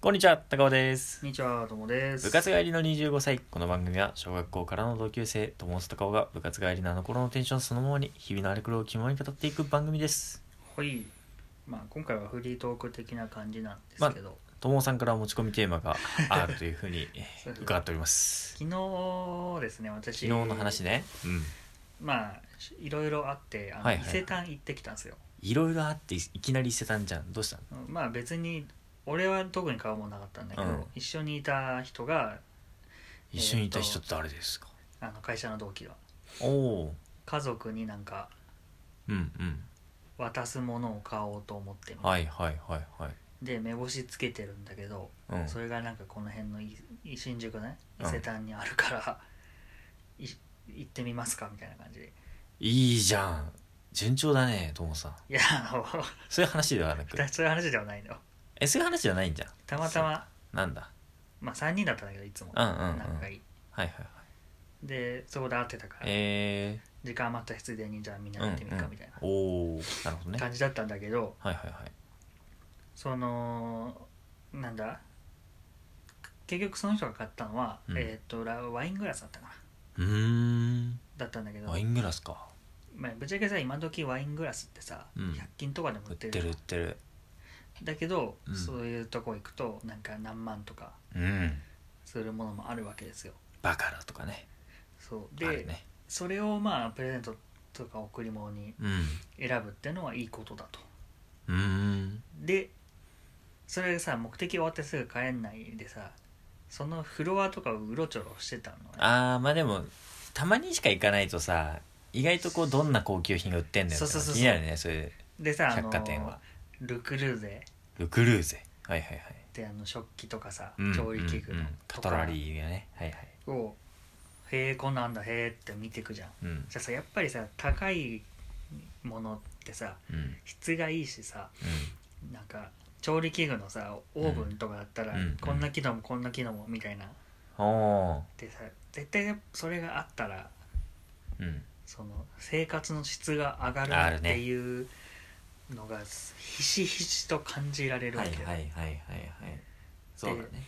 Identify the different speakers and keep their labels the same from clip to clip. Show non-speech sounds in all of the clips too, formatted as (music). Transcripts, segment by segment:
Speaker 1: こんにちは、高尾です。
Speaker 2: こんにちは、ともです。
Speaker 1: 部活帰りの25歳。この番組は小学校からの同級生、友達高尾が部活帰りのあの頃のテンションそのままに日々のあれこれを肝に語っていく番組です。
Speaker 2: はい。まあ、今回はフリートーク的な感じなんですけど、
Speaker 1: 友さんから持ち込みテーマ (laughs) があるというふうに
Speaker 2: そうです
Speaker 1: 伺っております。
Speaker 2: 昨日ですね、
Speaker 1: 昨
Speaker 2: 私、
Speaker 1: 日の話。ね。うん。
Speaker 2: まあ、しいろいろあって、あの
Speaker 1: はいはい
Speaker 2: 伊勢丹行ってきたんですよ。
Speaker 1: いろいろあっていきなり伊勢丹じゃん。どうしたの
Speaker 2: まあ、別に、俺は特に買うもんなかったんだけど、
Speaker 1: うん
Speaker 2: 一緒にいた人が、えーと
Speaker 1: 一緒にいた人って誰ですか、
Speaker 2: あの会社の同期は、
Speaker 1: おお
Speaker 2: 家族になんか
Speaker 1: ー。うんうん。
Speaker 2: 渡すものを買おうと思ってみて、
Speaker 1: はいはいはいはい。
Speaker 2: で、目星つけてるんだけど、
Speaker 1: うん、
Speaker 2: それがなんかこの辺のいい新宿のね
Speaker 1: うん
Speaker 2: 伊勢丹にあるから、い行ってみますかみたいな感じで
Speaker 1: いいじゃん順調だねともさん
Speaker 2: いやあの
Speaker 1: そういう話ではなく
Speaker 2: そういう話ではないの
Speaker 1: えそういう話じゃないんじゃん
Speaker 2: たまたま
Speaker 1: なんだ
Speaker 2: まあ3人だったんだけどいつも
Speaker 1: うんうんうん
Speaker 2: 仲いい
Speaker 1: はいはいはい
Speaker 2: でそこで会ってたから
Speaker 1: え
Speaker 2: 時間余ったらついでにじゃあみん
Speaker 1: ー、
Speaker 2: なで行ってみるかみたい
Speaker 1: うんうん、おおなるほど
Speaker 2: な
Speaker 1: ね
Speaker 2: 感じだったんだけど、
Speaker 1: はいはいはい
Speaker 2: そのなんだ結局その人が買ったのは、
Speaker 1: うん
Speaker 2: えっとラワイングラスだったかな
Speaker 1: うーん
Speaker 2: だったんだけど、
Speaker 1: ワイングラスか
Speaker 2: まあ、ぶっちゃけさ今時ワイングラスってさ、
Speaker 1: うん
Speaker 2: 100均とかでも売
Speaker 1: 売
Speaker 2: っ
Speaker 1: ってて
Speaker 2: る
Speaker 1: る売ってる
Speaker 2: だけど、
Speaker 1: うん
Speaker 2: そういうとこ行くとなんか何万とか
Speaker 1: うん
Speaker 2: するものもあるわけですよ
Speaker 1: バカラとかね
Speaker 2: そう
Speaker 1: あ
Speaker 2: で、
Speaker 1: るね
Speaker 2: それをまあプレゼントとか贈り物に
Speaker 1: うん
Speaker 2: 選ぶってのはいいことだと
Speaker 1: うーん
Speaker 2: でそれさ目的終わってすぐ帰んないでさそのフロアとかをうろちょろしてたのね
Speaker 1: あーまあでもたまにしか行かないとさ意外とこうどんな高級品が売ってんだよみたい
Speaker 2: そう
Speaker 1: な
Speaker 2: そうそうそう
Speaker 1: 気になるねそれ
Speaker 2: でさあ
Speaker 1: 百
Speaker 2: の
Speaker 1: 貨店は
Speaker 2: ルクルーゼ
Speaker 1: ルクルーゼはいはいはい
Speaker 2: ってあの食器とかさ、
Speaker 1: うん
Speaker 2: 調理器具
Speaker 1: うん
Speaker 2: の
Speaker 1: うん
Speaker 2: と
Speaker 1: カ
Speaker 2: か
Speaker 1: トラリーがねはいはい
Speaker 2: をへえこんなんだへえって見てくじゃ
Speaker 1: う
Speaker 2: ん
Speaker 1: ん
Speaker 2: じゃあさやっぱりさ高いものってさ
Speaker 1: うんうん
Speaker 2: 質がいいしさなんか調理器具のさオーブンとかだったら、
Speaker 1: うんうん
Speaker 2: こんな機能もこんな機能もみたいな
Speaker 1: お
Speaker 2: でさ絶対それがあったら
Speaker 1: ーうん
Speaker 2: その生活の質が上がる
Speaker 1: あ
Speaker 2: なっ
Speaker 1: るね
Speaker 2: ていうのがひしひしと感じられるわ
Speaker 1: はい
Speaker 2: け
Speaker 1: はい
Speaker 2: よ、
Speaker 1: はいはいはいそうだね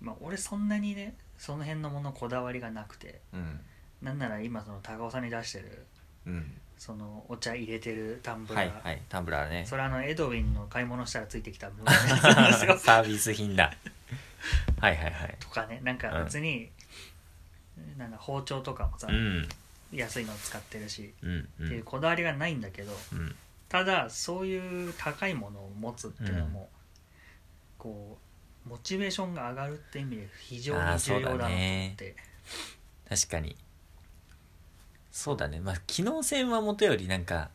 Speaker 2: まあ、俺そんなにねその辺のものこだわりがなくて
Speaker 1: うん
Speaker 2: なんなら今その高尾さんに出してる
Speaker 1: うん
Speaker 2: そのお茶入れてるタンブラ
Speaker 1: は
Speaker 2: ー、
Speaker 1: いはいタンブラーね (laughs)
Speaker 2: それあのエドウィンの買い物したらついてきた部分なんです
Speaker 1: (laughs)
Speaker 2: よ
Speaker 1: サービス品だはいはいはい
Speaker 2: とかねなんか別に、なんだ包丁とかもさ、
Speaker 1: うん
Speaker 2: 安いの使ってるし、
Speaker 1: うんう
Speaker 2: っていうんこだわりがないんだけど
Speaker 1: うん
Speaker 2: ただそういう高いものを持つっていうのも、こうモチベーションが上がるって意味で非常に
Speaker 1: あーそ
Speaker 2: 重
Speaker 1: う
Speaker 2: 要だな
Speaker 1: だ
Speaker 2: と思
Speaker 1: ね
Speaker 2: って
Speaker 1: 確かにそうだねまあ機能性はもとよりなんか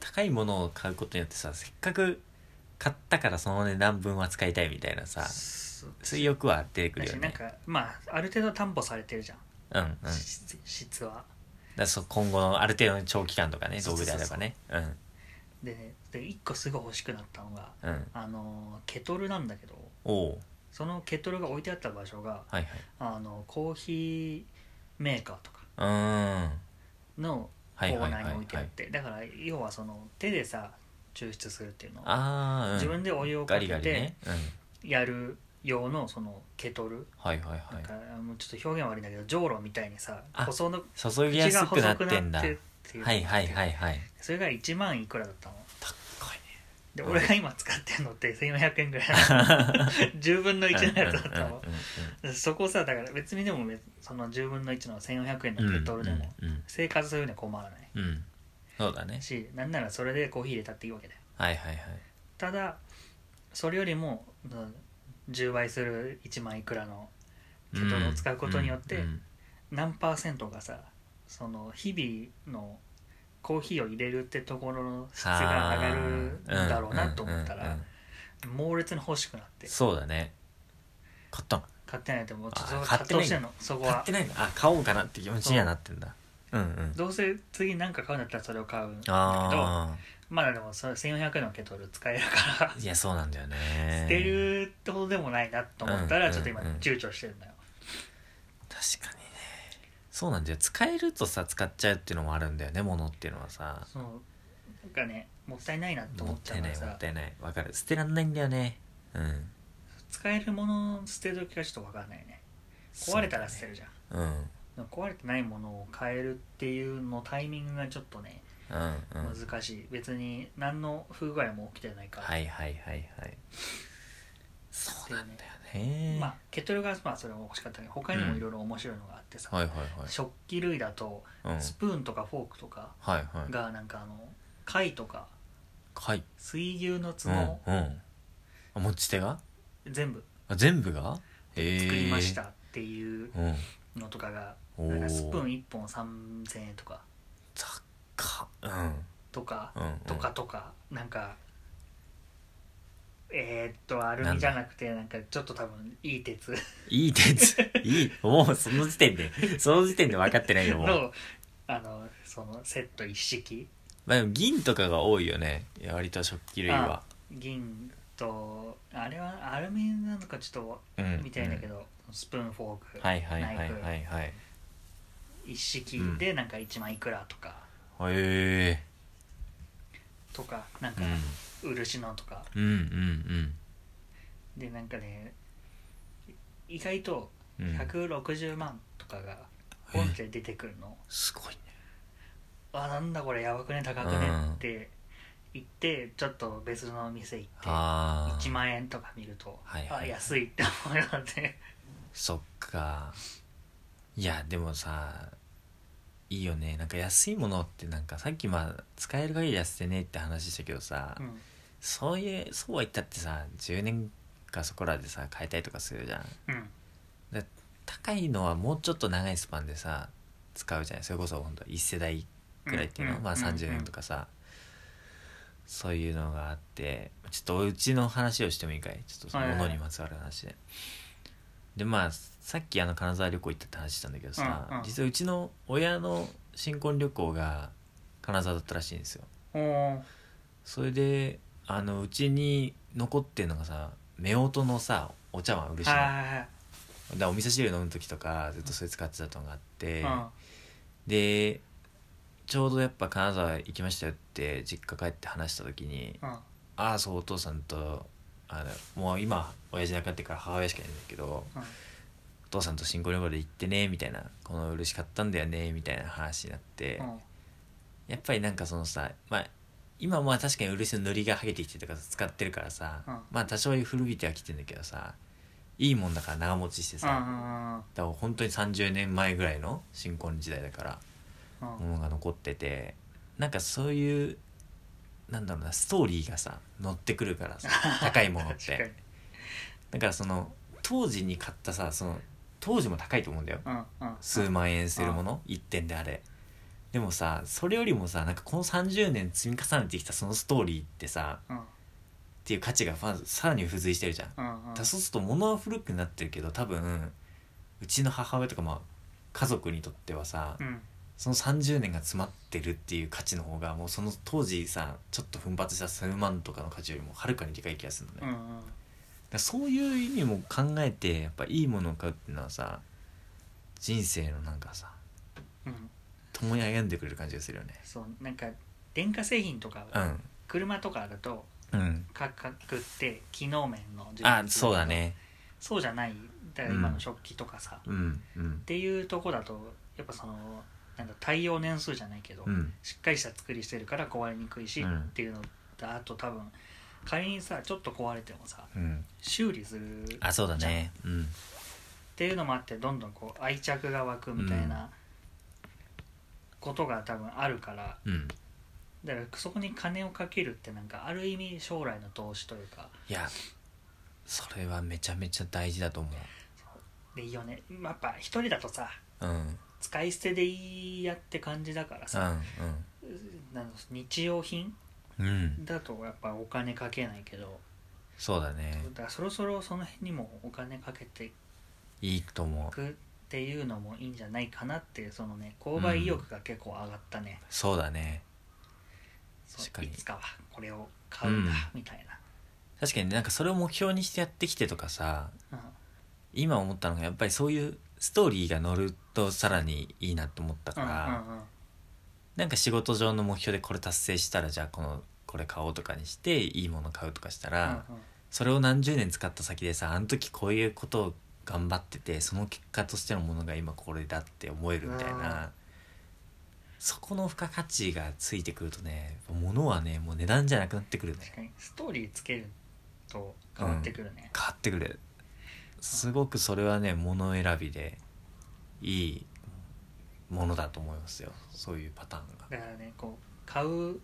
Speaker 1: 高いものを買うことによってさせっかく買ったからその値段分は使いたいみたいなさ
Speaker 2: そう
Speaker 1: そういう欲は出てく
Speaker 2: だ
Speaker 1: る
Speaker 2: し
Speaker 1: よ
Speaker 2: なん
Speaker 1: ね
Speaker 2: かまあある程度担保されてるじゃん、
Speaker 1: うんうんだか
Speaker 2: 質質は
Speaker 1: らそう今後のある程度の長期間とかね
Speaker 2: そ
Speaker 1: 道
Speaker 2: うそ
Speaker 1: 具
Speaker 2: う
Speaker 1: で
Speaker 2: そ
Speaker 1: あ
Speaker 2: うそう
Speaker 1: ればねうん
Speaker 2: でねで1個すごい欲しくなったのが
Speaker 1: うん
Speaker 2: あのケトルなんだけど
Speaker 1: おお
Speaker 2: そのケトルが置いてあった場所が
Speaker 1: はいはい
Speaker 2: あのコーヒーメーカーとか
Speaker 1: うーん
Speaker 2: のコ
Speaker 1: はいは
Speaker 2: ー
Speaker 1: いは
Speaker 2: ナ
Speaker 1: い
Speaker 2: ーに
Speaker 1: は
Speaker 2: 置いてあっ
Speaker 1: い
Speaker 2: て、だから要はその手でさ抽出するっていうのを
Speaker 1: ああ、うん、
Speaker 2: 自分でお湯をか
Speaker 1: ガ
Speaker 2: け
Speaker 1: リガリ
Speaker 2: て
Speaker 1: ね、うん、
Speaker 2: やる用のそのケトル、
Speaker 1: はいはい
Speaker 2: なん
Speaker 1: は
Speaker 2: かもうちょっと表現悪いんだけどじょうろみたいにさ
Speaker 1: あ
Speaker 2: 細の
Speaker 1: い注ぎやすくなってんだ
Speaker 2: 口が細っていう
Speaker 1: はいはいはいはい
Speaker 2: それが1万いくらだったの
Speaker 1: 高いね
Speaker 2: で
Speaker 1: うん
Speaker 2: 俺が今使ってるのって1400
Speaker 1: (laughs)
Speaker 2: 円ぐらいなの10分の1のやつだったのそこさだから別にでも別その10分の1の1400円
Speaker 1: うんうん
Speaker 2: のケトルでも
Speaker 1: うんうん
Speaker 2: 生活するには困らない
Speaker 1: うん、うん、そうだね
Speaker 2: しなんならそれでコーヒー入れたっていいわけだよ
Speaker 1: はいはいはい
Speaker 2: ただそれよりもうん10倍する1万いくらのケトルを使うことによって
Speaker 1: うんうん
Speaker 2: 何パーセントがさその日々のコーヒーを入れるってところの質が上がるんだろうなと思った
Speaker 1: うんうん
Speaker 2: ら
Speaker 1: うんうん
Speaker 2: 猛烈に欲しくなって
Speaker 1: そうだね買ったの
Speaker 2: 買ってないともうちょっと
Speaker 1: あ
Speaker 2: 買
Speaker 1: 買
Speaker 2: っ
Speaker 1: ってない
Speaker 2: てのそこ
Speaker 1: 買っ
Speaker 2: は
Speaker 1: てないのあ買おうかなって気持ちにはなってんだうんうん
Speaker 2: どうせ次何か買うんだったらそれを買うんだけど
Speaker 1: あ
Speaker 2: まだでもそれ1400円のケトル使えるから
Speaker 1: あいやそうなんだよね
Speaker 2: 捨てるってほどでもないなと思った
Speaker 1: う
Speaker 2: ら
Speaker 1: ん
Speaker 2: ちょっと今
Speaker 1: うんうん
Speaker 2: 躊躇してるんだよ
Speaker 1: 確かにねそうなんだよ使えるとさ使っちゃうっていうのもあるんだよね物っていうのはさ
Speaker 2: そうなんかねもったいないなと
Speaker 1: も
Speaker 2: 思っ
Speaker 1: っ
Speaker 2: ち
Speaker 1: た
Speaker 2: ゃう
Speaker 1: い
Speaker 2: か
Speaker 1: ない
Speaker 2: ら
Speaker 1: もっ
Speaker 2: さ
Speaker 1: たいないわかる捨てらんないんだよねうん
Speaker 2: 使えるものの捨て時がちょっとわかんないね壊れたら捨てるじゃん、
Speaker 1: そうだね
Speaker 2: でも壊れてないものを変えるっていうのタイミングがちょっとね
Speaker 1: うんうんうん
Speaker 2: 難しい、別に何の不具合も起きてないから、
Speaker 1: はいはいはいはいそうなんだよね
Speaker 2: まあ、ケトルがまあそれは欲しかったけど他にもいろいろ面白いのがあってさ、
Speaker 1: はいはいはい
Speaker 2: 食器類だと
Speaker 1: うんはい
Speaker 2: スプーンとかフォークとか
Speaker 1: はい
Speaker 2: がなんかあの貝とか
Speaker 1: 貝
Speaker 2: 水牛の
Speaker 1: うん
Speaker 2: 角
Speaker 1: うんあ持ち手が
Speaker 2: 全部
Speaker 1: あ全部がへえ
Speaker 2: 作りましたっていう
Speaker 1: うん
Speaker 2: のとかが
Speaker 1: お
Speaker 2: なん
Speaker 1: ー
Speaker 2: かスプーン1本3000円とか
Speaker 1: 高っうん
Speaker 2: とか
Speaker 1: うんうん
Speaker 2: とかとかなんかえーっとアルミじゃなくてなんかちょっと多分いい鉄
Speaker 1: いい鉄
Speaker 2: (laughs)
Speaker 1: いいもうその時点でその時点で分かってないよも
Speaker 2: (laughs)
Speaker 1: う、
Speaker 2: のあのそのセット一式
Speaker 1: まあ、でも銀とかが多いよねいや割と食器類は
Speaker 2: 銀とあれはアルミなのかちょっ
Speaker 1: う
Speaker 2: と
Speaker 1: ん
Speaker 2: みたいだけ
Speaker 1: ど、
Speaker 2: ど、スプーンフォーク、
Speaker 1: はいはいはいはい
Speaker 2: ナイ
Speaker 1: はい
Speaker 2: フ一式でなんか1万いくらとか、
Speaker 1: へえ
Speaker 2: とかなんか
Speaker 1: う
Speaker 2: 漆のとか、
Speaker 1: んうんうん
Speaker 2: でなんかねい意外と
Speaker 1: うんうん
Speaker 2: 160万とかが
Speaker 1: え
Speaker 2: 本で出てくるの、
Speaker 1: すごいね
Speaker 2: あなんだこれやばくね高くねって言ってちょっと別の店行っ
Speaker 1: ああ
Speaker 2: て1万円とか見ると、
Speaker 1: はいはいはい
Speaker 2: あ安いって思うようになって
Speaker 1: (laughs) そっかいやでもさいいよねなんか安いものってなんかさっきまあ使える限りは捨てねえって話したけどさ、
Speaker 2: うん
Speaker 1: そういうそうは言ったってさ10年かそこらでさ買いたいとかするじゃん
Speaker 2: うん
Speaker 1: 高いのはもうちょっと長いスパンでさ使うじゃないそれこそ本当一世代ぐらいっていうの、
Speaker 2: うん
Speaker 1: まあ
Speaker 2: うん
Speaker 1: 30年とかさ、そういうのがあってちょっとうちの話をしてもいいかいちょっとその
Speaker 2: はいはい
Speaker 1: 物にまつわる話で、でまあさっきあの金沢旅行行ったって話したんだけどさ、
Speaker 2: うんうん
Speaker 1: 実はうちの親の新婚旅行が金沢だったらしいんですよ
Speaker 2: うんおー
Speaker 1: それであのうちに残ってんのがさ夫婦のさお茶碗嬉しい
Speaker 2: はい
Speaker 1: の
Speaker 2: はいはい
Speaker 1: だからお味噌汁飲む時とかずっとそれ使ってたのがあって、
Speaker 2: うん
Speaker 1: でちょうどやっぱ金沢行きましたよって実家帰って話した時に
Speaker 2: うん
Speaker 1: ああそうお父さんとあのもう今親父亡くなってから母親しかいないんだけど
Speaker 2: うん
Speaker 1: お父さんと新婚旅行で行ってねみたいなこの嬉しかったんだよねみたいな話になって、
Speaker 2: うん
Speaker 1: やっぱりなんかそのさまあ今まあ確かに漆の塗りが剥げてきてとか使ってるからさ、
Speaker 2: うん
Speaker 1: まあ多少古びてはきてんだけどさいいもんだから長持ちしてさ、
Speaker 2: うん
Speaker 1: だから本当に30年前ぐらいの新婚時代だから
Speaker 2: うんうん
Speaker 1: ものが残っててなんかそういうなんだろうなストーリーがさ乗ってくるから
Speaker 2: (laughs)
Speaker 1: さ高いものっ
Speaker 2: 確かに
Speaker 1: てだからその当時に買ったさその当時も高いと思うんだよ
Speaker 2: うんうん
Speaker 1: 数万円するもの1点であれでもさそれよりもさなんかこの30年積み重ねてきたそのストーリーってさ
Speaker 2: うん
Speaker 1: っていう価値がまずさらに付随してるじゃん
Speaker 2: うんうん
Speaker 1: だそうすると物は古くなってるけど多分うちの母親とかまあ家族にとってはさ、
Speaker 2: うん
Speaker 1: その30年が詰まってるっていう価値の方がもうその当時さちょっと奮発した数万とかの価値よりもはるかにでかい気がするのね、
Speaker 2: う
Speaker 1: だか
Speaker 2: ん
Speaker 1: らそういう意味も考えてやっぱいいものを買うっていうのはさ人生のなんかさ
Speaker 2: うんうん
Speaker 1: 共に歩んでくれる感じがするよね
Speaker 2: そうなんか電化製品とか
Speaker 1: うん
Speaker 2: 車とかだと
Speaker 1: うん
Speaker 2: 価格って機能面の充実
Speaker 1: あそうだね
Speaker 2: そうじゃないだから今の食器とかさ、っ
Speaker 1: うんうん
Speaker 2: ていうとこだとやっぱそのなんだ対応年数じゃないけど、
Speaker 1: うん
Speaker 2: しっかりした作りしてるから壊れにくいし、
Speaker 1: うん
Speaker 2: っていうのとあと多分仮にさちょっと壊れてもさ
Speaker 1: うん
Speaker 2: 修理する
Speaker 1: あそうだねうん
Speaker 2: っていうのもあってどんどんこう愛着が湧くみたいなことが多分あるから、
Speaker 1: うん
Speaker 2: だからそこに金をかけるってなんかある意味将来の投資というか
Speaker 1: いやそれはめちゃめちゃ大事だと思
Speaker 2: でいいよねやっぱ一人だとさ
Speaker 1: ううんうん
Speaker 2: 使い捨てでいいやって感じだからさ、なんか日用品
Speaker 1: うんうん
Speaker 2: だとやっぱお金かけないけど
Speaker 1: そうだね
Speaker 2: だからそろそろその辺にもお金かけてい
Speaker 1: いいと思う
Speaker 2: くっていうのもいいんじゃないかなっていうそのね購買意欲が結構上がったね、
Speaker 1: そうだね
Speaker 2: そう
Speaker 1: 確かに
Speaker 2: いつかはこれを買うんだみたい
Speaker 1: 確かになんかそれを目標にしてやってきてとかさ
Speaker 2: な、
Speaker 1: 今思ったのがやっぱりそういうストーリーが乗るとさらにいいなって思った
Speaker 2: う
Speaker 1: か
Speaker 2: ん、う
Speaker 1: ら、
Speaker 2: んうんうん
Speaker 1: なんか仕事上の目標でこれ達成したらじゃあこのこれ買おうとかにしていいもの買うとかしたら、
Speaker 2: うんうん
Speaker 1: それを何十年使った先でさあの時こういうことを頑張っててその結果としてのものが今これだって思えるみたいな、
Speaker 2: うん
Speaker 1: そこの付加価値がついてくるとね物はねもう値段じゃなくなってくるね
Speaker 2: 確かにストーリーつけると変わってくるね、
Speaker 1: 変わってくるすごくそれはね物選びでいいものだと思いますよそういうパターンが、
Speaker 2: だからねこう買う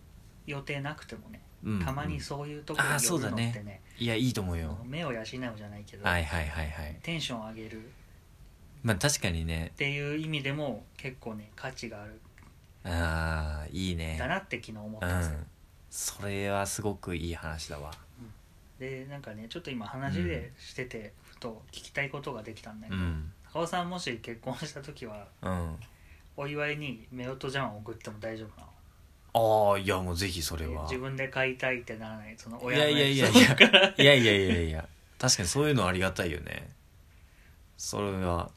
Speaker 2: 予定なくてもね、
Speaker 1: うん
Speaker 2: たまにそういうとこ
Speaker 1: あ
Speaker 2: ろ
Speaker 1: ー
Speaker 2: に寄
Speaker 1: そう
Speaker 2: る
Speaker 1: だ
Speaker 2: のっ
Speaker 1: ね
Speaker 2: てね
Speaker 1: いやいいと思うよ
Speaker 2: 目を養うじゃないけど、
Speaker 1: はいはいはいはい
Speaker 2: テンション上げるっ
Speaker 1: まあ確かにね
Speaker 2: ていう意味でも結構ね価値がある
Speaker 1: ああいい
Speaker 2: ん
Speaker 1: ね
Speaker 2: だなって昨日思っ
Speaker 1: う
Speaker 2: たんですよ、
Speaker 1: んそれはすごくいい話だわ
Speaker 2: でなんかねちょっと今話でしてて、ふと聞きたいことができたんだけ
Speaker 1: う
Speaker 2: ど、
Speaker 1: ん
Speaker 2: 高尾さんもし結婚した時は
Speaker 1: うん
Speaker 2: お祝いに夫婦ジャンを送っても大丈夫なの
Speaker 1: ああいやもうぜひそれは
Speaker 2: 自分で買いたいってならないその
Speaker 1: い
Speaker 2: 親の
Speaker 1: やいやいや
Speaker 2: エ
Speaker 1: い
Speaker 2: ピソー
Speaker 1: や
Speaker 2: ドから
Speaker 1: いやいやいやいや確かにそういうのありがたいよねそれは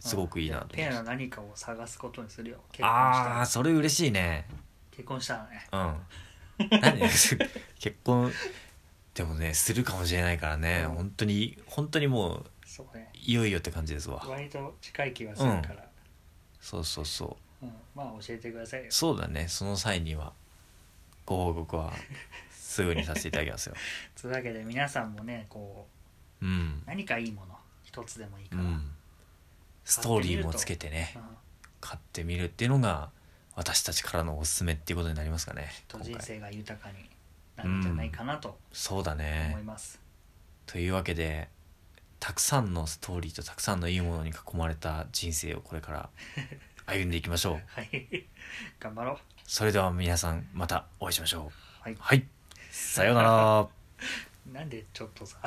Speaker 1: すごくいいなと
Speaker 2: ペ
Speaker 1: 思
Speaker 2: アの
Speaker 1: っ
Speaker 2: 何かを探すことにするよ結
Speaker 1: た
Speaker 2: 婚した
Speaker 1: ああー
Speaker 2: ら
Speaker 1: それ嬉しいね
Speaker 2: 結婚したらね
Speaker 1: うん何 (laughs) 結婚でもねするかもしれないからね
Speaker 2: うん
Speaker 1: 本当に本当にもう
Speaker 2: そうね
Speaker 1: いよいよって感じですわ
Speaker 2: 割と近い気がするから、
Speaker 1: そうそうそう
Speaker 2: うんまあ教えてくださいよ
Speaker 1: そうだねその際にはご報告はすぐにさせていただきます
Speaker 2: (laughs)
Speaker 1: よ
Speaker 2: というわけで皆さんもねこ
Speaker 1: うん
Speaker 2: う何かいいもの一つでもいいうから、うん
Speaker 1: んストーリーもつけてね買ってみるっていうのが私たちからのおすすめっていうことになりますかね
Speaker 2: と
Speaker 1: 今
Speaker 2: 人
Speaker 1: 回
Speaker 2: 生が豊かになるんじゃないかなと
Speaker 1: そうだ
Speaker 2: 思
Speaker 1: ね
Speaker 2: います、
Speaker 1: というわけでたくさんのストーリーとたくさんのいいものに囲まれた人生をこれから
Speaker 2: (laughs)
Speaker 1: 歩んでいきましょう
Speaker 2: はい (laughs) 頑張ろう
Speaker 1: それでは皆さんまたお会いしましょう
Speaker 2: はい
Speaker 1: はいさようなら
Speaker 2: なんでちょっとさ